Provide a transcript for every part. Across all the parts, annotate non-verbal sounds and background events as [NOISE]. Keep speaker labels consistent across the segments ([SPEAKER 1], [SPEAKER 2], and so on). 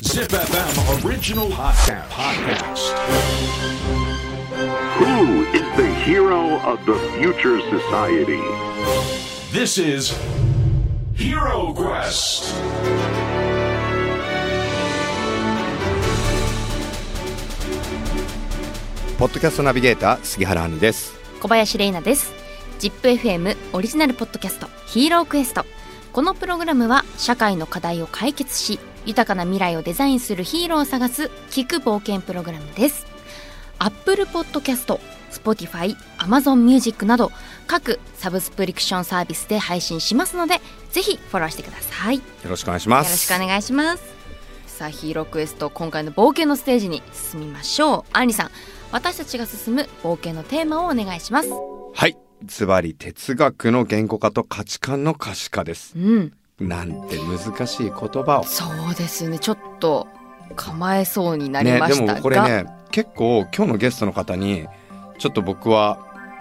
[SPEAKER 1] ZipFM Original Podcast. Podcast.
[SPEAKER 2] Who is the hero of the future society?
[SPEAKER 1] This is Hero Quest.
[SPEAKER 3] ポッドキャストナビゲーター杉原杏里です。
[SPEAKER 4] 小林玲奈です ZIPFM オリジナルポッドキャスト「ヒーロークエスト」このプログラムは社会の課題を解決し豊かな未来をデザインするヒーローを探す聞く冒険プログラムですアップルポッドキャスト Spotify、Amazon Music など各サブスプリクションサービスで配信しますのでぜひフォローしてくださいよ
[SPEAKER 3] よろしくお願いしま
[SPEAKER 4] ろ
[SPEAKER 3] す。
[SPEAKER 4] しくお願いしますさあヒーロークエスト今回の冒険のステージに進みましょうアンリさん私たちが進む冒険のテーマをお願いします
[SPEAKER 3] はい。ズバリ哲学の言語化と価値観の可視化です
[SPEAKER 4] う。ん
[SPEAKER 3] なんて難しい言葉を。
[SPEAKER 4] そうですねちょっと構えそうになり
[SPEAKER 3] ね、
[SPEAKER 4] ま
[SPEAKER 3] で
[SPEAKER 4] したが、
[SPEAKER 3] もこれね、結構今日のゲストの方に、ちょっと僕は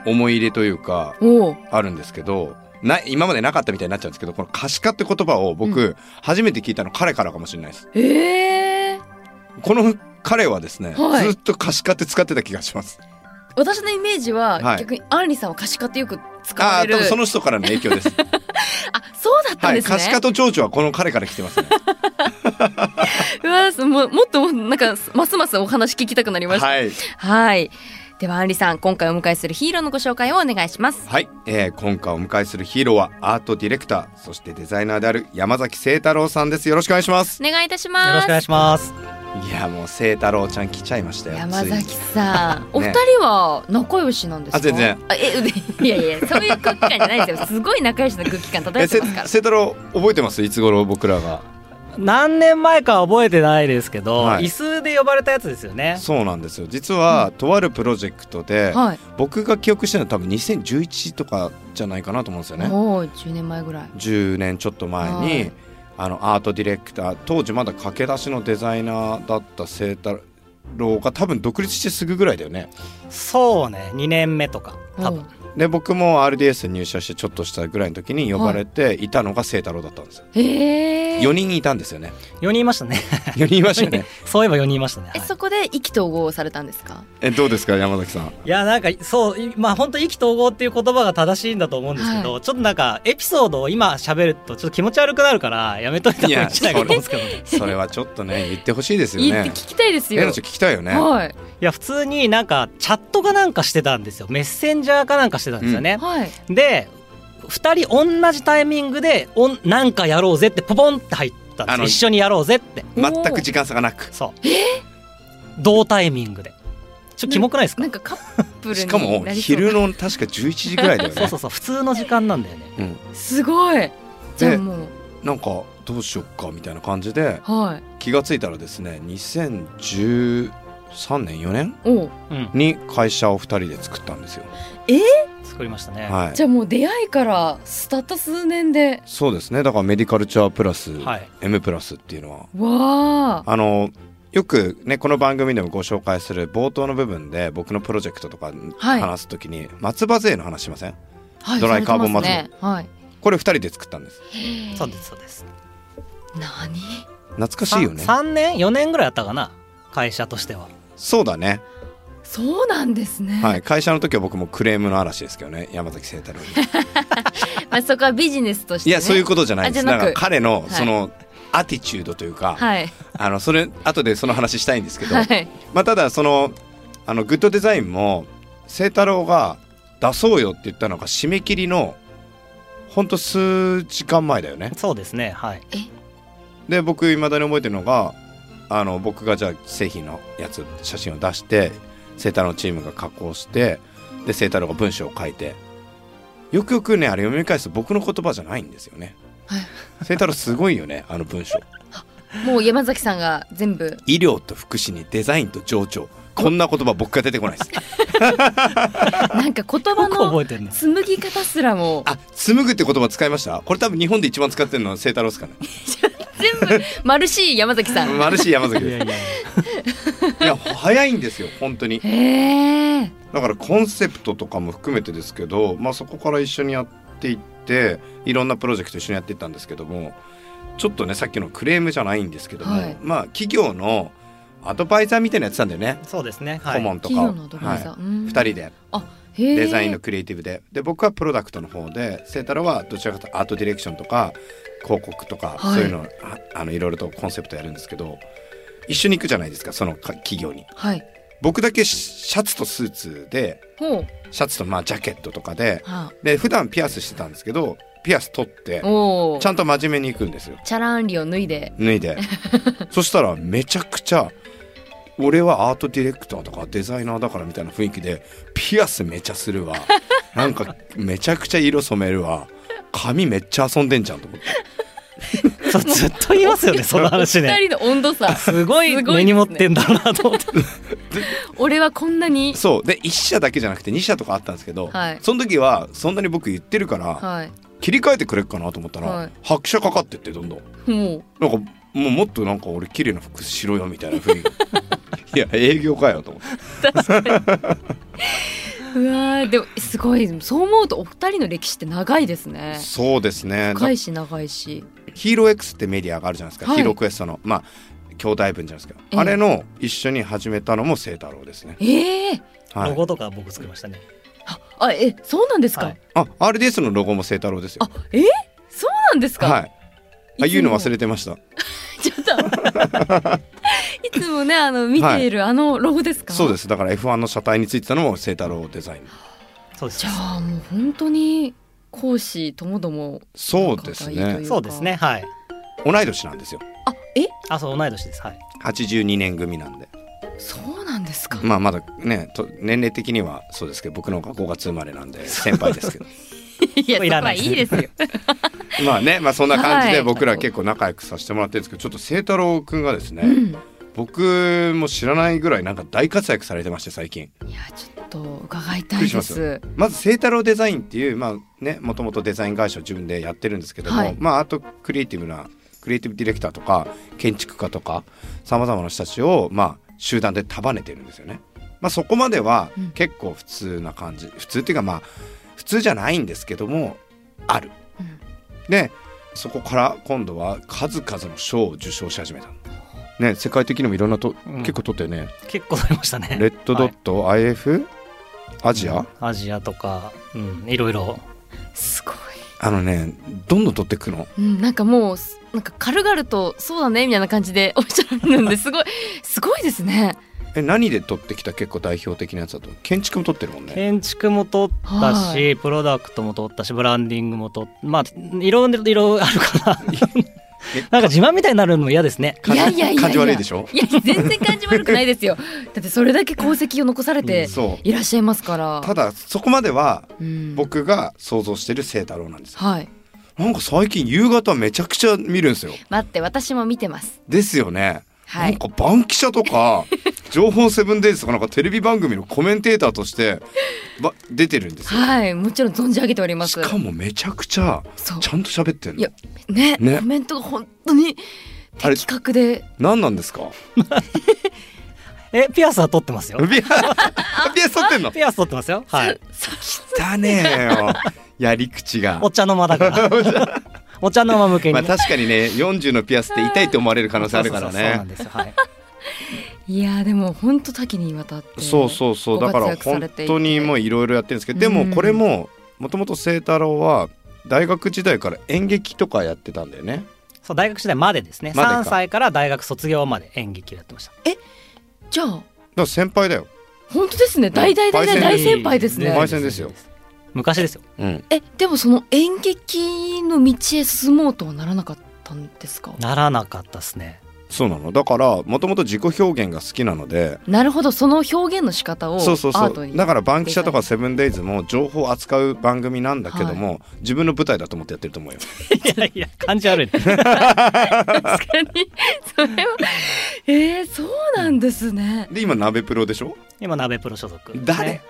[SPEAKER 3] 思い入れというか、
[SPEAKER 4] おお
[SPEAKER 3] あるんですけど、な今までなかったみたいになっちゃうんですけどこの可視化って言葉を僕、
[SPEAKER 4] う
[SPEAKER 3] 初めて聞いたの彼からかもしれないです
[SPEAKER 4] ええ
[SPEAKER 3] この彼はですね、
[SPEAKER 4] はい
[SPEAKER 3] ずっと可視化って使ってた気がします
[SPEAKER 4] 私のイメージは、
[SPEAKER 3] はい
[SPEAKER 4] 逆にアンリさんは可視化ってよく使
[SPEAKER 3] あ
[SPEAKER 4] わ
[SPEAKER 3] あ
[SPEAKER 4] れる
[SPEAKER 3] 多分その人からの影響
[SPEAKER 4] [LAUGHS]
[SPEAKER 3] です
[SPEAKER 4] あそうだったん
[SPEAKER 3] は
[SPEAKER 4] で
[SPEAKER 3] い、
[SPEAKER 4] すね、
[SPEAKER 3] 可視化と情緒はこの彼から来てますね。
[SPEAKER 4] うわすもうもっとなんかますますお話聞きたくなりましたはい、
[SPEAKER 3] はい、
[SPEAKER 4] ではアンリさん今回お迎えするヒーローのご紹介をお願いします
[SPEAKER 3] はい、えー今回お迎えするヒーローはアートディレクター、そしてデザイナーである山崎聖太郎さんです。よろしくお願いします。
[SPEAKER 4] お願いいたし
[SPEAKER 5] よ
[SPEAKER 4] ま
[SPEAKER 5] ろし
[SPEAKER 4] す
[SPEAKER 5] くお願いします。
[SPEAKER 3] いや、もう聖太郎ちゃん来ちゃいましたよ。
[SPEAKER 4] 山
[SPEAKER 3] つ
[SPEAKER 4] 崎
[SPEAKER 3] いに
[SPEAKER 4] さん、お二人は仲良しなんですか
[SPEAKER 3] あ全然
[SPEAKER 4] あえいやいやそういう空気感じゃないですよすごい仲良しの空気感漂
[SPEAKER 3] え、
[SPEAKER 4] って
[SPEAKER 3] せ
[SPEAKER 4] ますから
[SPEAKER 3] 聖太郎覚えてます？いつ頃僕らが。
[SPEAKER 5] 何年前かは覚えてないですけど、
[SPEAKER 3] はい
[SPEAKER 5] 椅子で呼ばれたやつですよね。
[SPEAKER 3] そうなんですよ。実は、とあるプロジェクトで、
[SPEAKER 4] はい
[SPEAKER 3] 僕が記憶してるのは多分2011とかじゃないかなと思うんですよね。
[SPEAKER 4] もう10年前ぐらい
[SPEAKER 3] 10年ちょっと前に、
[SPEAKER 4] はい
[SPEAKER 3] あのアートディレクター当時まだ駆け出しのデザイナーだった清太郎が多分独立してすぐぐらいだよね
[SPEAKER 5] そうね、2年目とか、多分。
[SPEAKER 3] で僕も RDS に入社してちょっとしたぐらいの時に呼ばれていたのが清太郎だったんですよ、
[SPEAKER 4] へえ
[SPEAKER 3] 4人いたんですよね [LAUGHS]
[SPEAKER 5] 4人いましたね。
[SPEAKER 3] 4人いました
[SPEAKER 4] [LAUGHS]
[SPEAKER 3] よね
[SPEAKER 5] [LAUGHS] そういえば4人いましたね。はい
[SPEAKER 4] えそこで意気投合されたんですか
[SPEAKER 3] えどうですか山崎さん
[SPEAKER 5] いや、なんか、そう、いまあ本当意気投合っていう言葉が正しいんだと思うんですけど、
[SPEAKER 4] は
[SPEAKER 5] ちょっとなんか、エピソードを今喋るとちょっと気持ち悪くなるから、やめといた方がいいんじゃないかと思うんですけどね。い
[SPEAKER 3] それはちょっと
[SPEAKER 4] [LAUGHS]
[SPEAKER 3] ね言ってほしいですよ
[SPEAKER 4] いいって
[SPEAKER 3] ね
[SPEAKER 4] 聞きたいです
[SPEAKER 3] え
[SPEAKER 4] よ
[SPEAKER 3] のちゃん聞きたいよね、
[SPEAKER 4] はい
[SPEAKER 5] や、普通になんか、チャットかなんかしてたんですよ。メッセンジャーかなんかしてたんですよね。
[SPEAKER 4] はい
[SPEAKER 5] で2人同じタイミングでおんなんかやろうぜってポポンって入ったんで
[SPEAKER 3] あ
[SPEAKER 5] す
[SPEAKER 3] の
[SPEAKER 5] よ一緒にやろうぜって
[SPEAKER 3] 全く時間差がなく
[SPEAKER 5] そう同タイミングでちょっとキモくないですか
[SPEAKER 4] なんかカップルに
[SPEAKER 3] しかも
[SPEAKER 4] なりそうな
[SPEAKER 3] 昼の確か11時ぐらい
[SPEAKER 4] [LAUGHS]
[SPEAKER 3] だよ
[SPEAKER 5] そう
[SPEAKER 3] ね
[SPEAKER 5] そうそう普通の時間なんだよね
[SPEAKER 3] うん、
[SPEAKER 4] すごいじゃあもう
[SPEAKER 3] なんかどうしよっかみたいな感じで
[SPEAKER 4] はい
[SPEAKER 3] 気がついたらですね2013年4年
[SPEAKER 4] おう
[SPEAKER 5] うん
[SPEAKER 3] に会社を2人で作ったんですよ、
[SPEAKER 5] 作りましたね、
[SPEAKER 3] はい
[SPEAKER 4] じゃあもう出会いからたった数年で
[SPEAKER 3] そうですねだからメディカルチャープラス、
[SPEAKER 5] はい
[SPEAKER 3] M プラスっていうのは
[SPEAKER 4] わあ
[SPEAKER 3] あのよくねこの番組でもご紹介する冒頭の部分で僕のプロジェクトとか
[SPEAKER 4] はい
[SPEAKER 3] 話すときに、松葉勢の話しません
[SPEAKER 4] はい
[SPEAKER 3] ドライカーボン
[SPEAKER 4] されてますねはい
[SPEAKER 3] これ2人で作ったんです
[SPEAKER 5] そうですそうです
[SPEAKER 4] 何
[SPEAKER 3] 懐かしいよね
[SPEAKER 5] 3年4年ぐらいあったかな会社としては
[SPEAKER 3] そうだね、
[SPEAKER 4] そうなんですね
[SPEAKER 3] はい、会社の時は僕もクレームの嵐ですけどね山崎聖太郎
[SPEAKER 4] [LAUGHS]
[SPEAKER 3] に
[SPEAKER 4] まあそこはビジネスとして
[SPEAKER 3] い
[SPEAKER 4] ね
[SPEAKER 3] やそういうことじゃないです
[SPEAKER 4] あじゃ
[SPEAKER 3] だ
[SPEAKER 4] な
[SPEAKER 3] か
[SPEAKER 4] く
[SPEAKER 3] ら彼の
[SPEAKER 4] い
[SPEAKER 3] その、アティチュードというか、
[SPEAKER 4] はい
[SPEAKER 3] あのそれ後でその話したいんですけど、
[SPEAKER 4] はい
[SPEAKER 3] まあ、ただそのあのグッドデザインも清太郎が出そうよって言ったのが締め切りのほんと数時間前だよね
[SPEAKER 5] そうですねはい
[SPEAKER 3] で僕未だに覚えてるのがあの僕がじゃあ製品のやつ写真を出して清太郎のチームが加工してで清太郎が文章を書いてよくよくねあれ読み返すと僕の言葉じゃないんですよね
[SPEAKER 4] はい
[SPEAKER 3] 清太郎すごいよねあの文章
[SPEAKER 4] もう山崎さんが全部
[SPEAKER 3] 医療と福祉にデザインと情緒こんな言葉僕が出てこないです
[SPEAKER 4] [LAUGHS] なんか言葉
[SPEAKER 5] よく覚
[SPEAKER 4] の
[SPEAKER 5] えてるね
[SPEAKER 4] 紡ぎ方すらも
[SPEAKER 3] あ、紡ぐって言葉使いましたこれ多分日本で一番使ってるのは聖太郎ですかね。
[SPEAKER 4] 全部丸しい山崎さん
[SPEAKER 3] マルシー山崎
[SPEAKER 5] いや
[SPEAKER 3] で
[SPEAKER 5] い
[SPEAKER 3] す。
[SPEAKER 5] やいや
[SPEAKER 3] いや、早いんですよ、本当に。
[SPEAKER 4] へえ
[SPEAKER 3] だからコンセプトとかも含めてですけど、まあそこから一緒にやっていって、いろんなプロジェクト一緒にやっていったんですけども、ちょっとねさっきのクレームじゃないんですけども、
[SPEAKER 4] はい
[SPEAKER 3] まあ企業のアドバイザーみたいなやつなんだよね、
[SPEAKER 5] そうですね。は
[SPEAKER 3] 顧問
[SPEAKER 5] い。
[SPEAKER 3] とか
[SPEAKER 4] 企業
[SPEAKER 3] を
[SPEAKER 4] のアドバイザー
[SPEAKER 3] は
[SPEAKER 4] う
[SPEAKER 3] い、
[SPEAKER 4] ん
[SPEAKER 3] 2人で
[SPEAKER 4] あへえ
[SPEAKER 3] デザインのクリエイティブでで僕はプロダクトの方で清太郎はどちらかというとアートディレクションとか広告とか、
[SPEAKER 4] はい
[SPEAKER 3] そういうのああのいろいろとコンセプトやるんですけど一緒に行くじゃないですかそのか企業に。
[SPEAKER 4] はい
[SPEAKER 3] 僕だけシシャツとスーツで
[SPEAKER 4] ほう
[SPEAKER 3] シャツとまあジャケットとかで
[SPEAKER 4] は
[SPEAKER 3] で普段ピアスしてたんですけどピアス取って
[SPEAKER 4] あ、おお
[SPEAKER 3] ちゃんと真面目に行くんですよ
[SPEAKER 4] チャランリを脱いで
[SPEAKER 3] 脱い
[SPEAKER 4] [LAUGHS]
[SPEAKER 3] でそしたらめちゃくちゃ俺はアートディレクターとかデザイナーだからみたいな雰囲気でピアスめちゃするわなんかめちゃくちゃ色染めるわ髪めっちゃ遊んでんじゃんと思って
[SPEAKER 5] そうずっと言います
[SPEAKER 4] [LAUGHS]
[SPEAKER 5] よね、その話
[SPEAKER 4] 二
[SPEAKER 5] ね。
[SPEAKER 4] 人の温度差
[SPEAKER 5] すごい
[SPEAKER 4] すごいですね
[SPEAKER 5] 根に持ってんだろうなと思って。
[SPEAKER 4] 俺はこんなに
[SPEAKER 3] そうで1社だけじゃなくて2社とかあったんですけど、
[SPEAKER 4] はい
[SPEAKER 3] その時はそんなに僕言ってるから、
[SPEAKER 4] はい
[SPEAKER 3] 切り替えてくれっかなと思ったら、
[SPEAKER 4] はい
[SPEAKER 3] 拍車かかってってどんどん
[SPEAKER 4] もう
[SPEAKER 3] なんかもうもっとなんか俺綺麗な服しろよみたいな雰囲
[SPEAKER 4] [LAUGHS]
[SPEAKER 3] 気いや営業かよと思って
[SPEAKER 4] うわーでもすごいそう思うとお二人の歴史って長いですね
[SPEAKER 3] そうですね
[SPEAKER 4] 深いし長いし
[SPEAKER 3] ヒーロー X ってメディアがあるじゃないですか、
[SPEAKER 4] はい
[SPEAKER 3] ヒーロークエストのまあ兄弟分じゃないですか、
[SPEAKER 4] ええ
[SPEAKER 3] あれの一緒に始めたのも清太郎ですね、
[SPEAKER 4] ええ
[SPEAKER 3] は
[SPEAKER 5] ロ
[SPEAKER 3] い、
[SPEAKER 5] ゴとか僕作りましたね。
[SPEAKER 4] あえそうなんですか、
[SPEAKER 5] はい
[SPEAKER 3] あ RDS のロゴも清太郎ですよ
[SPEAKER 4] あえーそうなんですか、
[SPEAKER 3] はいあ
[SPEAKER 4] いつ
[SPEAKER 3] 言う
[SPEAKER 4] も
[SPEAKER 3] の忘れてました
[SPEAKER 4] ちょっといつもねあの見ているあのロゴですか、
[SPEAKER 3] そうですだから F1 の車体についてたのも清太郎デザイン
[SPEAKER 5] そうです
[SPEAKER 4] じゃ。あもう本当に講師ともども
[SPEAKER 3] そうです
[SPEAKER 4] 仲がいい
[SPEAKER 3] ね
[SPEAKER 4] とい
[SPEAKER 5] そうですね。はい。
[SPEAKER 3] 同い年なんですよ
[SPEAKER 4] あえ
[SPEAKER 5] あ、そう同い年です。はい。
[SPEAKER 3] 82年組なんで
[SPEAKER 4] そうなんですか、
[SPEAKER 3] まあまだねと年齢的にはそうですけど僕の方が5月生まれなん
[SPEAKER 4] [LAUGHS]
[SPEAKER 3] で先輩ですけど
[SPEAKER 4] いやそ
[SPEAKER 5] い
[SPEAKER 4] れ
[SPEAKER 5] ら
[SPEAKER 4] は
[SPEAKER 5] ない
[SPEAKER 4] い
[SPEAKER 3] [LAUGHS]
[SPEAKER 4] いですよ
[SPEAKER 3] まあねまあそんな感じ
[SPEAKER 4] は
[SPEAKER 3] で
[SPEAKER 4] い
[SPEAKER 3] 僕ら結構仲良くさせてもらってるんですけどちょっと清太郎くんがですね、
[SPEAKER 4] うん
[SPEAKER 3] 僕も知らないぐらいなんか大活躍されてまして最近
[SPEAKER 4] いやちょっと伺い
[SPEAKER 3] びったくり
[SPEAKER 4] い
[SPEAKER 3] し
[SPEAKER 4] で
[SPEAKER 3] ますすよまず清太郎デザインっていうまあねもともとデザイン会社を自分でやってるんですけども、
[SPEAKER 4] はい
[SPEAKER 3] まあアートクリエイティブなクリエイティブディレクターとか建築家とかさまざまな人たちをまあ集団で束ねてるんですよね。まあ、そこまでは
[SPEAKER 4] うん
[SPEAKER 3] 結構普通な感じ、普通っていうかまあ普通じゃないんですけどもある。
[SPEAKER 4] うん
[SPEAKER 3] でそこから今度は数々の賞を受賞し始めた。ね、世界的にもいろんなと、
[SPEAKER 5] うん
[SPEAKER 3] 結構取ってね
[SPEAKER 5] 結構取りましたね。
[SPEAKER 3] レッドドット、IF アジア、
[SPEAKER 5] はいアジアとか、うん、いろいろ。
[SPEAKER 4] すごい、
[SPEAKER 3] あのねどんどん取ってくの
[SPEAKER 4] うん、なんかもうなんか軽々とそうだねみたいな感じでおっしゃるんですごいすごいですね
[SPEAKER 3] え何で取ってきた結構代表的なやつだと建築も取ってるもんね
[SPEAKER 5] 建築も取った
[SPEAKER 4] は
[SPEAKER 5] し、プロダクトも取ったし、ブランディングも取った。まあ、いろいろいろあるから。 [LAUGHS] なんか自慢みたいになるのも嫌ですね。
[SPEAKER 4] いやいやいやいや
[SPEAKER 3] 感じ悪いでしょ
[SPEAKER 4] いや全然感じ悪くないですよだってそれだけ功績を残されて
[SPEAKER 3] そう
[SPEAKER 4] いらっしゃいますから
[SPEAKER 3] ただそこまでは
[SPEAKER 4] うん、
[SPEAKER 3] 僕が想像してる清太郎なんですよ
[SPEAKER 4] はい
[SPEAKER 3] なんか最近夕方めちゃくちゃ見るんですよ
[SPEAKER 4] 待って私も見てます
[SPEAKER 3] ですよね、
[SPEAKER 4] はい
[SPEAKER 3] なんかバンキシャと
[SPEAKER 4] [LAUGHS]
[SPEAKER 3] か情報セブンデイズとかなんかテレビ番組のコメンテーターとしてば出てるんですよ
[SPEAKER 4] はいもちろん存じ上げております
[SPEAKER 3] しかもめちゃくちゃ
[SPEAKER 4] そう
[SPEAKER 3] ちゃんと喋ってん
[SPEAKER 4] い
[SPEAKER 3] の
[SPEAKER 4] やね
[SPEAKER 3] ね
[SPEAKER 4] コメントが本当に
[SPEAKER 3] あれ
[SPEAKER 4] 的確で [LAUGHS]
[SPEAKER 3] 何なんですか
[SPEAKER 5] え、ピアスは取ってますよ。
[SPEAKER 3] ビアビア剃って
[SPEAKER 4] [LAUGHS]
[SPEAKER 3] んの
[SPEAKER 5] ピアス取ってますよ。はい。
[SPEAKER 3] だねえよやり口が
[SPEAKER 5] お茶の間
[SPEAKER 3] [LAUGHS]
[SPEAKER 5] だから。お茶の間向け
[SPEAKER 3] ま
[SPEAKER 5] に
[SPEAKER 3] あ
[SPEAKER 5] ね。
[SPEAKER 3] 確かにね40のピアスって痛いって思われる可能性あるから
[SPEAKER 5] そうそうそうそうなん
[SPEAKER 3] ね
[SPEAKER 5] ですよ。はい。
[SPEAKER 4] いやでも本当多岐にわたって
[SPEAKER 3] そうそうそうだから本当にもういろいろやってるんですけどで
[SPEAKER 4] うん
[SPEAKER 3] もこれももともと清太郎は大学時代から演劇とかやってたんだよね
[SPEAKER 5] そう大学時代までですね。
[SPEAKER 3] までか
[SPEAKER 5] 3歳から大学卒業まで演劇をやってました。
[SPEAKER 4] じゃあ
[SPEAKER 3] だから先輩だよ
[SPEAKER 4] 本当ですね大大大大大先輩です
[SPEAKER 3] うん
[SPEAKER 4] ね
[SPEAKER 3] 焙煎ですよ。
[SPEAKER 5] 昔ですよ。
[SPEAKER 3] うん
[SPEAKER 4] えでもその演劇の道へ進もうとはならなかったんですか
[SPEAKER 5] ならなかったですね。
[SPEAKER 3] そうなのだからもともと自己表現が好きなので
[SPEAKER 4] なるほどその表現の仕方をア
[SPEAKER 3] そうそう
[SPEAKER 4] ー
[SPEAKER 3] そ
[SPEAKER 4] トに
[SPEAKER 3] うだから「バンキシャ」とか「セブンデイズも情報を扱う番組なんだけども、自分の舞台だと思ってやってると思うよ
[SPEAKER 5] いやいや [LAUGHS] 感じ悪いね。
[SPEAKER 4] 確かにそれはえー、そうなんですね、
[SPEAKER 3] で今鍋プロでしょ
[SPEAKER 5] 今鍋プロ所属、ね。
[SPEAKER 3] 誰、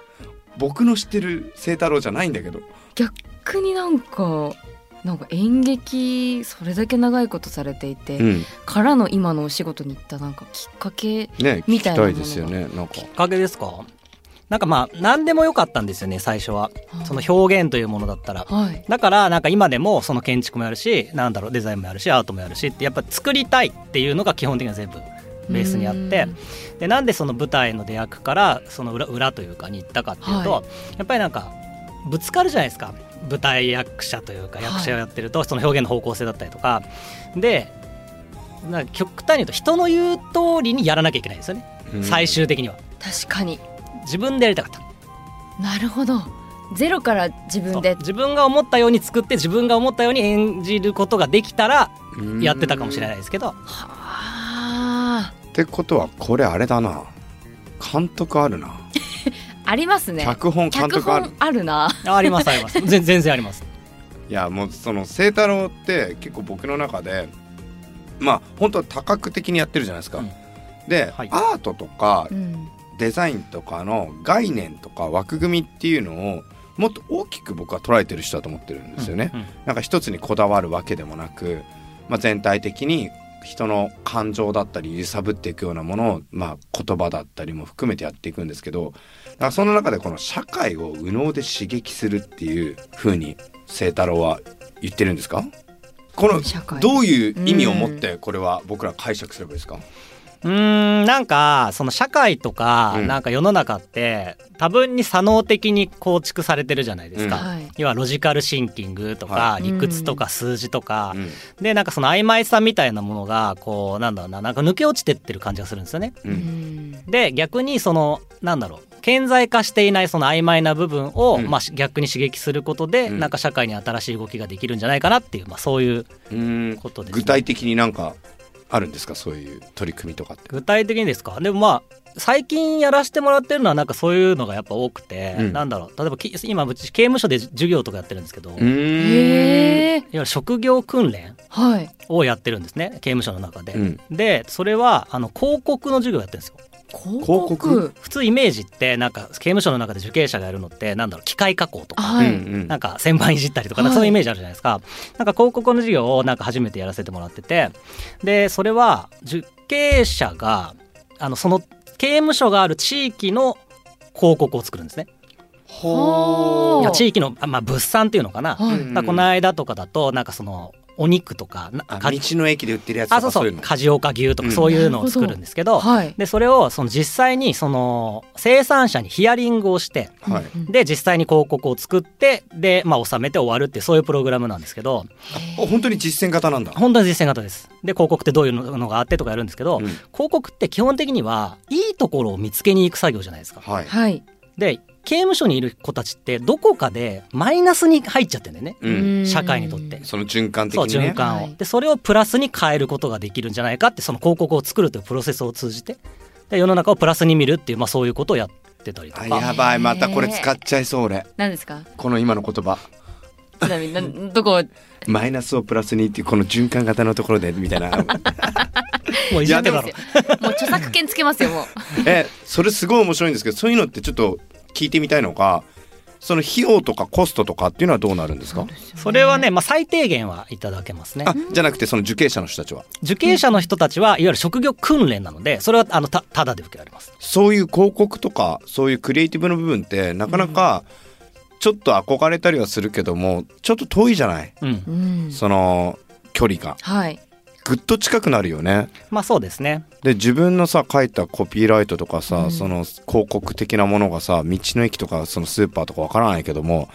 [SPEAKER 3] 僕の知ってる清太郎じゃないんだけど
[SPEAKER 4] 逆になんかなんか演劇それだけ長いことされていて、
[SPEAKER 3] うん
[SPEAKER 4] からの今のお仕事に行ったなんかきっかけ
[SPEAKER 3] ね
[SPEAKER 4] み
[SPEAKER 3] 聞
[SPEAKER 4] た
[SPEAKER 3] き
[SPEAKER 4] いなも
[SPEAKER 3] た
[SPEAKER 4] の
[SPEAKER 3] いですよねなんか
[SPEAKER 5] おかげですか。なんかまあ何でもよかったんですよね最初は
[SPEAKER 4] はい
[SPEAKER 5] その表現というものだったら。
[SPEAKER 4] はい
[SPEAKER 5] だからなんか今でもその建築もやるしなんだろうデザインもやるしアートもやるしってやっぱ作りたいっていうのが基本的には全部ベースにあって
[SPEAKER 4] うん
[SPEAKER 5] でなんでその舞台の出役からその裏裏というかに行ったかっていうと、
[SPEAKER 4] は
[SPEAKER 5] やっぱりなんかぶつかるじゃないですか舞台役者というか
[SPEAKER 4] はい
[SPEAKER 5] 役者をやってるとその表現の方向性だったりとかでなんか極端に言うと人の言う通りにやらなきゃいけないんですよね、最終的には
[SPEAKER 4] 確かに
[SPEAKER 5] 自分でやりたかった
[SPEAKER 4] なるほどゼロから自分で
[SPEAKER 5] そう自分が思ったように作って自分が思ったように演じることができたらやってたかもしれない
[SPEAKER 3] い。
[SPEAKER 5] ですけど
[SPEAKER 4] はあ
[SPEAKER 3] ってことはこれあれだな監督あるな、
[SPEAKER 4] ありますね
[SPEAKER 3] 脚本監
[SPEAKER 4] 脚
[SPEAKER 3] 督ある
[SPEAKER 4] 本あるな
[SPEAKER 5] あありますありま
[SPEAKER 3] [LAUGHS]
[SPEAKER 5] すぜ全然あります
[SPEAKER 3] いやもうその清太郎って結構僕の中でまあ本当は多角的にやってるじゃないですか。
[SPEAKER 5] うん
[SPEAKER 3] で、
[SPEAKER 5] はい
[SPEAKER 3] アートとか
[SPEAKER 4] うん
[SPEAKER 3] デザインとかの概念とか枠組みっていうのをもっと大きく僕は捉えてる人だと思ってるんですよね。
[SPEAKER 5] うんうん
[SPEAKER 3] なんか一つにこだわるわけでもなく、まあ、全体的に人の感情だったり揺さぶっていくようなものを、まあ、言葉だったりも含めてやっていくんですけどだからその中でこの社会を右脳で刺激するっていう風に清太郎は言ってるんですかこの
[SPEAKER 4] 社会
[SPEAKER 3] どういう意味を持ってこれは僕ら解釈すればいいですか、
[SPEAKER 5] うーんなんかその社会とか、
[SPEAKER 3] うん
[SPEAKER 5] なんか世の中って多分に左脳的に構築されてるじゃないですか、
[SPEAKER 3] うん
[SPEAKER 4] はい
[SPEAKER 5] 要はロジカルシンキングとか、
[SPEAKER 3] は
[SPEAKER 5] 理屈とか数字とか
[SPEAKER 3] う、ん
[SPEAKER 5] でなんかその曖昧さみたいなものがこうなんだろうななんか抜け落ちてってる感じがするんですよね。
[SPEAKER 3] う
[SPEAKER 4] うんん
[SPEAKER 5] で逆にそのなんだろう顕在化していないその曖昧な部分を、
[SPEAKER 3] うん
[SPEAKER 5] まあ、し逆に刺激することで、
[SPEAKER 3] うん
[SPEAKER 5] なんか社会に新しい動きができるんじゃないかなっていう、まあ、そういう
[SPEAKER 3] うん
[SPEAKER 5] ことですね
[SPEAKER 3] 具体的になんかあるんですかそういう取り組みとかって。
[SPEAKER 5] 具体的にですかでもまあ最近やらせてもらってるのはなんかそういうのがやっぱ多くて、
[SPEAKER 3] うん
[SPEAKER 5] なんだろう例えばき今うち刑務所で授業とかやってるんですけど、いわ
[SPEAKER 4] へえ
[SPEAKER 5] ゆる職業訓練
[SPEAKER 4] はい
[SPEAKER 5] をやってるんですね刑務所の中で、
[SPEAKER 3] うん
[SPEAKER 5] でそれはあの広告の授業やってるんですよ
[SPEAKER 4] 広
[SPEAKER 3] 告
[SPEAKER 4] 告
[SPEAKER 5] 普通イメージってなんか刑務所の中で受刑者がやるのってなんだろう機械加工とか
[SPEAKER 4] はい、
[SPEAKER 3] うんうん
[SPEAKER 5] なんか旋盤いじったりとか、
[SPEAKER 4] はい
[SPEAKER 5] そういうイメージあるじゃないですか。なんか広告の授業をなんか初めてやらせてもらってて、で、それは受刑者が、あの、その刑務所がある地域の広告を作るんですね。
[SPEAKER 4] ほ
[SPEAKER 5] いや
[SPEAKER 4] ー
[SPEAKER 5] 地域の、あまあ、物産っていうのかな。
[SPEAKER 4] はい
[SPEAKER 5] だからこの間とかだと、なんかその、お肉とか、な
[SPEAKER 3] あ
[SPEAKER 5] か
[SPEAKER 3] 道の駅で売ってるやつと
[SPEAKER 5] あ
[SPEAKER 3] か
[SPEAKER 5] そ
[SPEAKER 3] そう
[SPEAKER 5] うそ
[SPEAKER 3] い
[SPEAKER 5] う
[SPEAKER 3] う
[SPEAKER 5] う、
[SPEAKER 3] の
[SPEAKER 5] 梶岡牛と
[SPEAKER 3] うん
[SPEAKER 5] かそういうのを作るんですけど、
[SPEAKER 4] はい
[SPEAKER 5] で、それをその実際にその生産者にヒアリングをして、
[SPEAKER 3] はい
[SPEAKER 4] うん
[SPEAKER 5] で実際に広告を作ってで、まあ、収めて終わるっていうそういうプログラムなんですけど
[SPEAKER 3] あ本当に実践型なんだ。
[SPEAKER 5] 本当に実践型ですで広告ってどういうのがあってとかやるんですけど、
[SPEAKER 3] うん
[SPEAKER 5] 広告って基本的にはいいところを見つけに行く作業じゃないですか
[SPEAKER 3] はい。
[SPEAKER 4] はい、
[SPEAKER 5] で刑務所にいる子たちってどこかでマイナスに入っちゃってんだよね
[SPEAKER 3] うん。
[SPEAKER 5] 社会にとって
[SPEAKER 3] その循環的
[SPEAKER 5] そう
[SPEAKER 3] にね。
[SPEAKER 5] 循環を、
[SPEAKER 4] はい
[SPEAKER 5] でそれをプラスに変えることができるんじゃないかってその広告を作るというプロセスを通じてで世の中をプラスに見るっていう、まあ、そういうことをやってたりと
[SPEAKER 3] あ
[SPEAKER 5] か
[SPEAKER 3] やばいまたこれ使っちゃいそう俺
[SPEAKER 4] 何ですか
[SPEAKER 3] この今の言葉
[SPEAKER 4] ちなみになんどこ
[SPEAKER 3] マイナスをプラスにっていうこの循環型のところでみたいな
[SPEAKER 5] もういじってた
[SPEAKER 4] も
[SPEAKER 5] ろ
[SPEAKER 4] う著作権つけますよもう
[SPEAKER 3] えそれすごい面白いんですけどそういうのってちょっと聞いてみたいのがその費用とかコストとかっていうのはどうなるんですか
[SPEAKER 5] それはね、まあ、最低限はいただけますね
[SPEAKER 3] あじゃなくてその受刑者の人たちは
[SPEAKER 5] 受刑者の人たちはいわゆる職業訓練なのでそれはあのたただで受けられます
[SPEAKER 3] そういう広告とかそういうクリエイティブの部分ってなかなかちょっと憧れたりはするけどもちょっと遠いじゃない
[SPEAKER 5] うん
[SPEAKER 4] うん
[SPEAKER 3] その距離が
[SPEAKER 4] はい
[SPEAKER 3] ぐっと近くなるよね
[SPEAKER 5] まあそうですね
[SPEAKER 3] で自分のさ書いたコピーライトとかさ、
[SPEAKER 4] うん
[SPEAKER 3] その広告的なものがさ道の駅とかそのスーパーとかわからないけども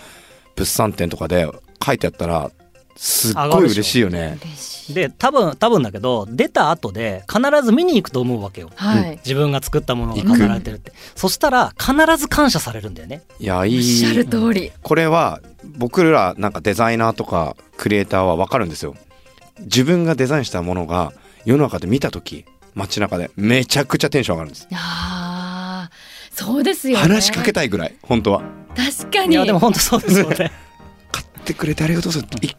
[SPEAKER 3] 物産展とかで書いてあったらすっ
[SPEAKER 5] 上が
[SPEAKER 3] ごい
[SPEAKER 5] るでしょ
[SPEAKER 3] 嬉しいよね。
[SPEAKER 4] 嬉しい
[SPEAKER 5] で多分多分だけど出た後で必ず見に行くと思うわけよ
[SPEAKER 4] はい、
[SPEAKER 5] 自分が作ったものが飾られてるってそしたら必ず感謝されるんだよね
[SPEAKER 3] いや
[SPEAKER 4] お
[SPEAKER 3] い
[SPEAKER 4] っしゃ
[SPEAKER 3] い
[SPEAKER 4] る通り、
[SPEAKER 3] これは僕らなんかデザイナーとかクリエイターはわかるんですよ。自分がデザインしたものが世の中で見た時街中でめちゃくちゃテンション上がるんです。
[SPEAKER 4] ああそうですよね
[SPEAKER 3] 話しかけたいぐらい本当は。
[SPEAKER 4] 確か
[SPEAKER 5] い
[SPEAKER 4] に
[SPEAKER 5] やでも本当そうですよ [LAUGHS] ね
[SPEAKER 3] 買ってくれてありがとうございます。い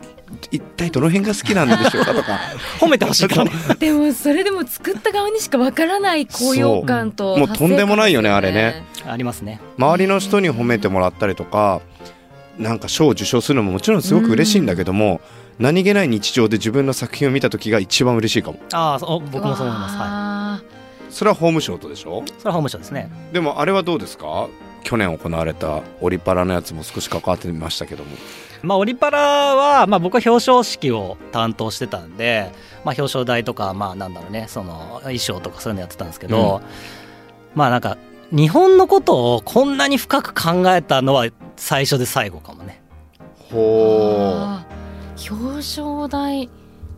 [SPEAKER 3] 一体どの辺が好きなんでしょうかと [LAUGHS] か。
[SPEAKER 5] 褒めてほしいからね
[SPEAKER 4] でもそれでも作った側にしかわからない高揚感と
[SPEAKER 3] そうもう
[SPEAKER 4] 達成感
[SPEAKER 3] とんでもないよねあれね
[SPEAKER 4] です
[SPEAKER 5] ありますね
[SPEAKER 3] 周りの人に褒めてもらったりとかなんか賞を受賞するのももちろんすごく嬉しいんだけども、何気ない日常で自分の作品を見た時が一番嬉しいかも
[SPEAKER 5] ああそう僕もそう思いますは
[SPEAKER 4] わあ
[SPEAKER 3] それは法務省とでしょ
[SPEAKER 5] いそれは法務省ですね
[SPEAKER 3] でもあれはどうですか刑去年行われたオリパラのやつも少し関わってみましたけども
[SPEAKER 5] まあ、オリパラは、まあ、僕は表彰式を担当してたんで、まあ、表彰台とか、まあ、なんだろうねその衣装とかそういうのやってたんですけど、まあなんか日本のことをこんなに深く考えたのは最初で最後かもね。
[SPEAKER 3] ほ
[SPEAKER 4] あー表彰台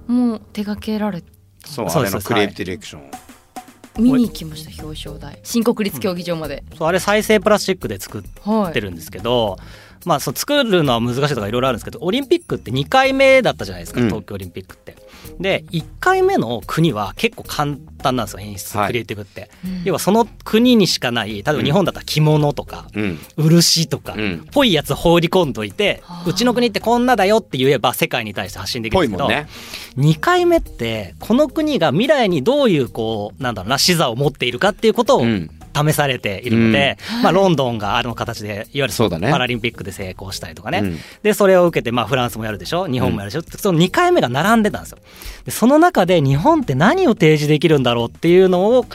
[SPEAKER 4] も手掛けられ
[SPEAKER 3] うそう
[SPEAKER 5] そ
[SPEAKER 3] あ
[SPEAKER 5] う
[SPEAKER 3] れ
[SPEAKER 5] です
[SPEAKER 3] のクリエイティブディレクション、
[SPEAKER 4] 見に行きました表彰台新国立競技場まで、
[SPEAKER 5] そうあれ再生プラスチックで作っ
[SPEAKER 4] はい
[SPEAKER 5] てるんですけど、まあそう作るのは難しいとかいろいろあるんですけどオリンピックって2回目だったじゃないですか、
[SPEAKER 3] うん
[SPEAKER 5] 東京オリンピックって。で1回目の国は結構簡単なんですよ演出、
[SPEAKER 3] はい
[SPEAKER 5] クリエイティブって。
[SPEAKER 4] うん
[SPEAKER 5] 要はその国にしかない例えば日本だったら着物とか、
[SPEAKER 3] うん
[SPEAKER 5] 漆とか、
[SPEAKER 3] うん
[SPEAKER 5] ぽいやつ放り込んどいて、
[SPEAKER 4] はあ
[SPEAKER 5] うちの国ってこんなだよって言えば世界に対して発信できるん
[SPEAKER 3] ぽい
[SPEAKER 5] ですけ
[SPEAKER 3] も
[SPEAKER 5] ど、
[SPEAKER 3] んね
[SPEAKER 5] 2回目ってこの国が未来にどういうこうなんだろうな視座を持っているかっていうことを
[SPEAKER 3] うん
[SPEAKER 5] 試されているので、
[SPEAKER 4] うん
[SPEAKER 5] ま
[SPEAKER 4] は
[SPEAKER 5] あ、
[SPEAKER 4] い
[SPEAKER 5] ロンドンがあの形でいわゆる
[SPEAKER 3] そうだね
[SPEAKER 5] パラリンピックで成功したりとかね、
[SPEAKER 3] うん
[SPEAKER 5] でそれを受けてまあフランスもやるでしょ日本もやるでしょ、その2回目が並んでたんですよでその中で日本って何を提示できるんだろうっていうのを考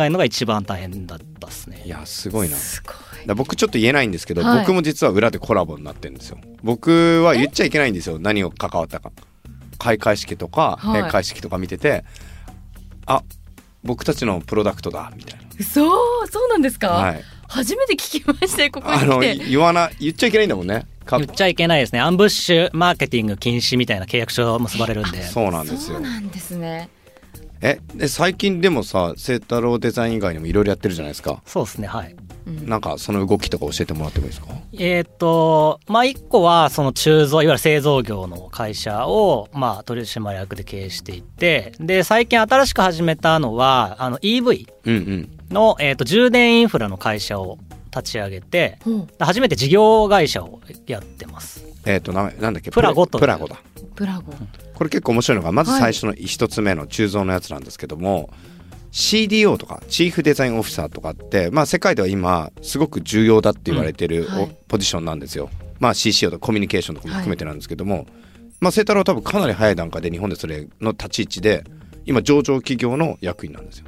[SPEAKER 5] えるのが一番大変だったですね
[SPEAKER 3] いやすごいな
[SPEAKER 4] すご
[SPEAKER 3] だから僕ちょっと言えないんですけど、
[SPEAKER 4] はい
[SPEAKER 3] 僕も実は裏でコラボになってるんですよ僕は言っちゃいけないんですよ何を関わったか開会式とか
[SPEAKER 4] はい
[SPEAKER 3] 閉会式とか見てて、あ僕たちのプロダクトだみ
[SPEAKER 4] [LAUGHS]
[SPEAKER 3] たい
[SPEAKER 4] いそうそうなんですか、
[SPEAKER 3] な、はい、
[SPEAKER 4] 初めて聞きましたよここに
[SPEAKER 3] あ
[SPEAKER 4] 来
[SPEAKER 3] の
[SPEAKER 4] て
[SPEAKER 3] 言わな言っちゃいけないんだもんねか
[SPEAKER 5] 言っちゃいけないですねアンブッシュマーケティング禁止みたいな契約書を結ばれるんで
[SPEAKER 3] そうなんですよ
[SPEAKER 4] そうなんですね
[SPEAKER 3] えで最近でもさ清太郎デザイン以外にもいろいろやってるじゃないですか
[SPEAKER 5] そうですねはい
[SPEAKER 4] うん
[SPEAKER 3] なんかその動きとか教えてもらってもいいですか
[SPEAKER 5] えーっとまあ一個はその鋳造いわゆる製造業の会社をまあ取締役で経営していてで最近新しく始めたのはあの EV
[SPEAKER 3] うんうん
[SPEAKER 5] の、えーっと充電インフラの会社を立ち上げて
[SPEAKER 4] ほう
[SPEAKER 5] 初めて事業会社をやってます
[SPEAKER 3] えっ、とななんだっけ
[SPEAKER 5] プラゴと
[SPEAKER 3] プラゴだ
[SPEAKER 4] ブラゴ
[SPEAKER 3] [LAUGHS] これ結構面白いのがまず
[SPEAKER 4] はい
[SPEAKER 3] 最初の一つ目の鋳造のやつなんですけども、CDO とかチーフデザインオフィサーとかって、まあ、世界では今すごく重要だって言われてる、
[SPEAKER 4] うんはい
[SPEAKER 3] おポジションなんですよ、まあ、CCO とかコミュニケーションとかも含めてなんですけども、まあ、清太郎は多分かなり早い段階で日本でそれの立ち位置で今上場企業の役員なんですよ。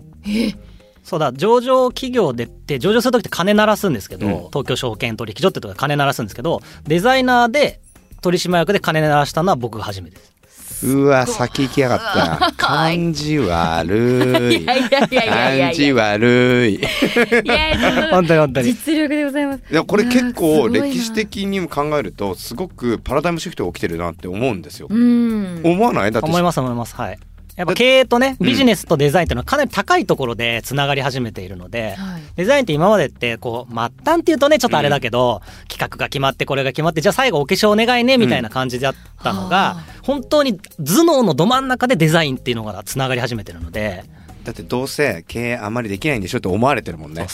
[SPEAKER 5] そうだ上場企業でって上場する時って金鳴らすんですけど、
[SPEAKER 3] うん
[SPEAKER 5] 東京証券取引所ってとこで金鳴らすんですけどデザイナーで取締役で金鳴らしたのは僕が初めてです
[SPEAKER 3] うわ先行きやがっ
[SPEAKER 4] [LAUGHS]
[SPEAKER 3] た感じ悪い
[SPEAKER 4] いやいやいやいやいや
[SPEAKER 3] 感
[SPEAKER 4] いや
[SPEAKER 3] じ悪い。
[SPEAKER 4] いやいや
[SPEAKER 5] 本当に本当に
[SPEAKER 4] 実力でございます
[SPEAKER 3] いやこれ結
[SPEAKER 4] いや
[SPEAKER 3] 構
[SPEAKER 4] ーすごいな
[SPEAKER 3] 歴史的にも考えるとすごくパラダイムシフトが起きてるなって思うんですよ。
[SPEAKER 4] うん
[SPEAKER 3] 思わないだって
[SPEAKER 5] [LAUGHS] 思います思いますはいやっぱ経営とねビジネスとデザインっていうのはかなり高いところでつながり始めているので、
[SPEAKER 4] はい
[SPEAKER 5] デザインって今までってこう末端っていうとねちょっとあれだけど、企画が決まってこれが決まってじゃあ最後お化粧お願いねみたいな感じだった
[SPEAKER 4] う
[SPEAKER 5] のが、
[SPEAKER 4] んは
[SPEAKER 5] 本当に頭脳のど真ん中でデザインっていうのがつながり始めてるので
[SPEAKER 3] だってどうせ経営あまりできないんでしょって思われてるもんね。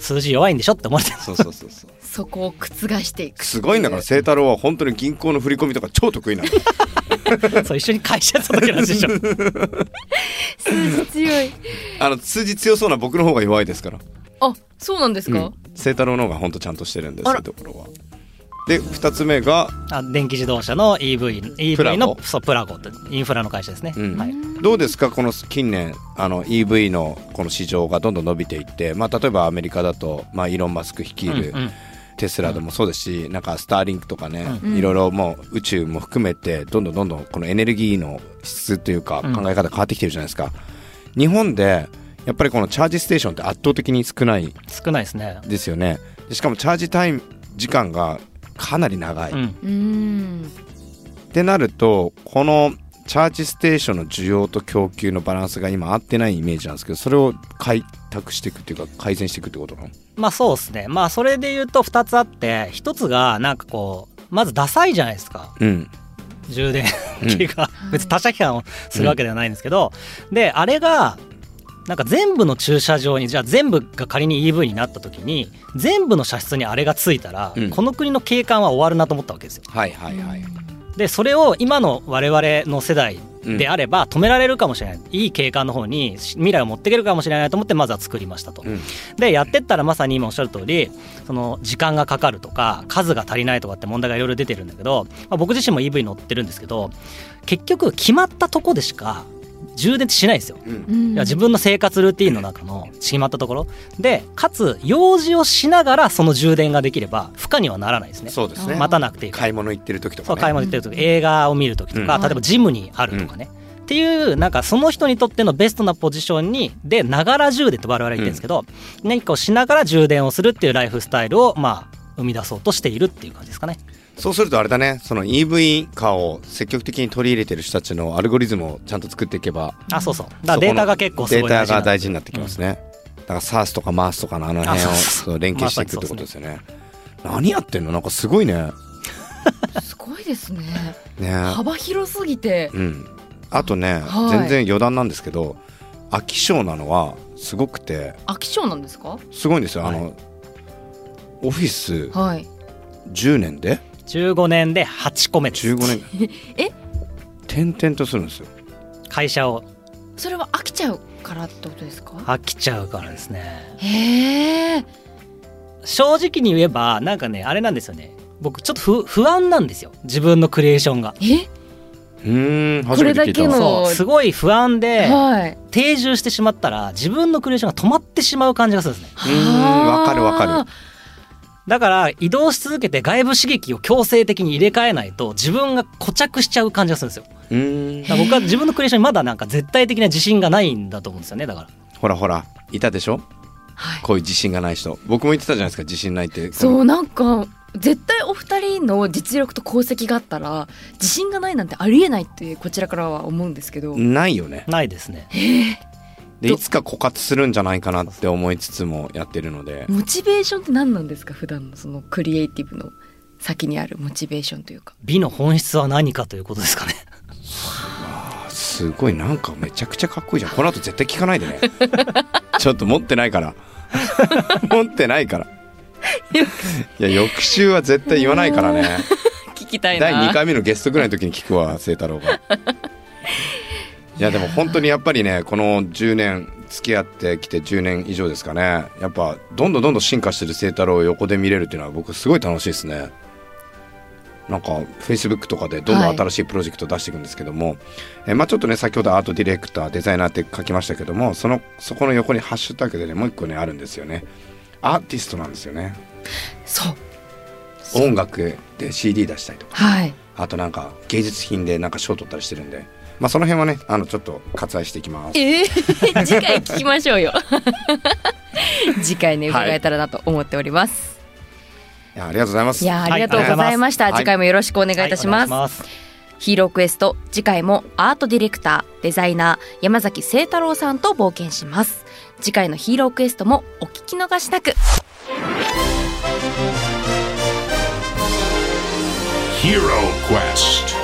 [SPEAKER 5] 数字弱いんでしょって思われてる
[SPEAKER 3] そうそうそうそう。
[SPEAKER 4] そこを覆していく
[SPEAKER 3] [LAUGHS] すごいんだから清太郎は本当に銀行の振り込みとか超得意な
[SPEAKER 4] [LAUGHS]
[SPEAKER 3] の。
[SPEAKER 5] そう一緒に会社やってた時の話でしょ
[SPEAKER 3] [LAUGHS]
[SPEAKER 4] 数字強い
[SPEAKER 3] あの数字強そうな僕の方が弱いですから。
[SPEAKER 4] あそうなんです
[SPEAKER 3] う
[SPEAKER 4] か、
[SPEAKER 3] ん清太郎の方が本当ちゃんとしてるんです
[SPEAKER 4] あ
[SPEAKER 3] よ
[SPEAKER 4] ら
[SPEAKER 3] ところは。で二つ目が、
[SPEAKER 5] あ電気自動車の EV,
[SPEAKER 3] プラ
[SPEAKER 5] EV
[SPEAKER 3] ゴ
[SPEAKER 5] のそうプラゴってインフラの会社ですね、
[SPEAKER 3] うん
[SPEAKER 5] はい、
[SPEAKER 3] どうですかこの近年あの EV のこの市場がどんどん伸びていって、まあ、例えばアメリカだと、まあ、イーロン・マスク率いる、
[SPEAKER 5] うんうん
[SPEAKER 3] テスラでもそうですし、なんかスターリンクとかね、
[SPEAKER 4] うん
[SPEAKER 3] いろいろもう宇宙も含めてどんどんどんどんこのエネルギーの質というか
[SPEAKER 5] うん
[SPEAKER 3] 考え方変わってきてるじゃないですか、日本でやっぱりこのチャージステーションって圧倒的に少ない
[SPEAKER 5] 少ないですね
[SPEAKER 3] ですよねでしかもチャージタイム時間がかなり長い、
[SPEAKER 5] う
[SPEAKER 3] っ
[SPEAKER 5] ん
[SPEAKER 4] うん
[SPEAKER 3] てなるとこのチャージステーションの需要と供給のバランスが今合ってないイメージなんですけどそれを開拓していくっていうか改善していくってことなの
[SPEAKER 5] まあそうですね。まあそれで言うと2つあって、1つがなんかこう、まずダサいじゃないですか。
[SPEAKER 3] うん
[SPEAKER 5] 充電器が。別に他社批判をするわけではないんですけど。で、あれが、なんか全部の駐車場に、じゃあ全部が仮に EV になった時に、全部の車室にあれがついたら、
[SPEAKER 3] うん
[SPEAKER 5] この国の景観は終わるなと思ったわけですよ。
[SPEAKER 3] はいはいはい
[SPEAKER 5] で、それを今の我々の世代であれば止められるかもしれない。いい景観の方に未来を持っていけるかもしれないと思って、まずは作りましたと。
[SPEAKER 3] うん
[SPEAKER 5] でやってったらまさに今おっしゃる通りその時間がかかるとか数が足りないとかって問題がいろいろ出てるんだけど、まあ、僕自身も EV 乗ってるんですけど結局決まったとこでしか充電ってしないんですよ。
[SPEAKER 4] うん
[SPEAKER 5] いや自分の生活ルーティンの中の決まったところでかつ用事をしながらその充電ができれば負荷にはならないですね
[SPEAKER 3] そうですね
[SPEAKER 5] 待たなくていいから
[SPEAKER 3] 買い物行ってる時とか、
[SPEAKER 5] そう
[SPEAKER 3] ね、
[SPEAKER 5] 買い物行ってる時、映画を見る時とか、
[SPEAKER 4] うん
[SPEAKER 5] 例えばジムにあるとかね、っていうなんかその人にとってのベストなポジションにでながら充電って我々は言ってるんですけど、何かをしながら充電をするっていうライフスタイルをまあ生み出そうとしているっていう感じですかね。
[SPEAKER 3] そうするとあれだねその EV 化を積極的に取り入れてる人たちのアルゴリズムをちゃんと作っていけば
[SPEAKER 5] あそうそう。だからデータが結構す
[SPEAKER 3] デ
[SPEAKER 5] ご
[SPEAKER 3] ータ
[SPEAKER 5] い大事な
[SPEAKER 3] が
[SPEAKER 5] んで
[SPEAKER 3] 大事になってきますね、だから SARS とか MARS とかのあの辺を
[SPEAKER 5] [LAUGHS] あそうそう
[SPEAKER 3] そう連携していくってことですよね何やってんのなんかすごいね
[SPEAKER 4] すごいですね
[SPEAKER 3] ね
[SPEAKER 4] 幅広すぎて
[SPEAKER 3] うんあとね、
[SPEAKER 4] はい
[SPEAKER 3] 全然余談なんですけど飽き性なのはすごくて
[SPEAKER 4] 飽き性なんですか
[SPEAKER 3] すごいんですよ、あのオフィス
[SPEAKER 4] はい
[SPEAKER 3] 10年で
[SPEAKER 5] 15年で8個目です
[SPEAKER 3] 15年
[SPEAKER 4] [LAUGHS] え
[SPEAKER 3] 転々とするんですよ
[SPEAKER 5] 会社を
[SPEAKER 4] それは飽きちゃうからってことですか
[SPEAKER 5] 飽きちゃうからですね。
[SPEAKER 4] へえ
[SPEAKER 5] 正直に言えばなんかねあれなんですよね僕ちょっと不不安なんですよ自分のクリエーションが
[SPEAKER 4] え
[SPEAKER 3] うーん
[SPEAKER 4] こ
[SPEAKER 3] 初め
[SPEAKER 4] れ
[SPEAKER 3] て
[SPEAKER 4] だ
[SPEAKER 3] 聞いた
[SPEAKER 4] け
[SPEAKER 3] わ
[SPEAKER 4] の
[SPEAKER 5] そうすごい不安で
[SPEAKER 4] はい
[SPEAKER 5] 定住してしまったら自分のクリエーションが止まってしまう感じがするんですね
[SPEAKER 3] ーんわかるわか
[SPEAKER 4] る
[SPEAKER 5] だから移動し続けて外部刺激を強制的に入れ替えないと自分が固着しちゃう感じがするんですよ
[SPEAKER 3] うーん
[SPEAKER 5] だから僕は自分のクリエーションにまだなんか絶対的な自信がないんだと思うんですよねだから
[SPEAKER 3] ほらほらいたでしょ
[SPEAKER 4] はい
[SPEAKER 3] こういう自信がない人僕も言ってたじゃないですか自信ないって
[SPEAKER 4] そうなんか絶対お二人の実力と功績があったら自信がないなんてありえないってこちらからは思うんですけど、
[SPEAKER 3] ないよね
[SPEAKER 5] ないですね
[SPEAKER 3] で
[SPEAKER 4] ど
[SPEAKER 3] いつか枯渇するんじゃないかなって思いつつもやってるので
[SPEAKER 4] モチベーションって何なんですか普段のそのクリエイティブの先にあるモチベーションというか
[SPEAKER 5] 美の本質は何かということですかね
[SPEAKER 3] すごいなんかめちゃくちゃかっこいいじゃんこの後絶対聞かないでねちょっと持ってないから持ってないからいや翌週は絶対言わないからね
[SPEAKER 4] 聞きたいな
[SPEAKER 3] 第2回目のゲストぐらいの時に聞くわ清太郎
[SPEAKER 4] [LAUGHS]
[SPEAKER 3] がいやでも本当にやっぱりねこの10年付き合ってきて10年以上ですかねやっぱどんどんどんどん進化してる清太郎を横で見れるっていうのは僕すごい楽しいですねなんかフェイスブックとかでどんど
[SPEAKER 4] はい
[SPEAKER 3] ん新しいプロジェクトを出していくんですけども、えーまあちょっとね先ほどアートディレクターデザイナーって書きましたけどもそのそこの横にハッシュタグでねもう一個ねあるんですよねアーティストなんですよね
[SPEAKER 4] そう
[SPEAKER 3] 音楽で CD 出したりとか
[SPEAKER 4] はい
[SPEAKER 3] あとなんか芸術品でなんか賞取ったりしてるんで、まあ、その辺はねあのちょっと割愛していきます。
[SPEAKER 4] えー [LAUGHS] 次回聞きましょうよ [LAUGHS] 次回ね
[SPEAKER 3] はい
[SPEAKER 4] 伺えたらなと思っております、
[SPEAKER 3] いやありがとうございます
[SPEAKER 4] い、やーありがとう
[SPEAKER 5] はい
[SPEAKER 4] ございました、
[SPEAKER 3] ありがとうございます
[SPEAKER 4] 次回もよろしくお願いいたします、
[SPEAKER 5] はいお願いします
[SPEAKER 4] ヒーロークエスト次回もアートディレクターデザイナー山崎清太郎さんと冒険します次回のヒーロークエストもお聞き逃しなく
[SPEAKER 1] Hero Quest.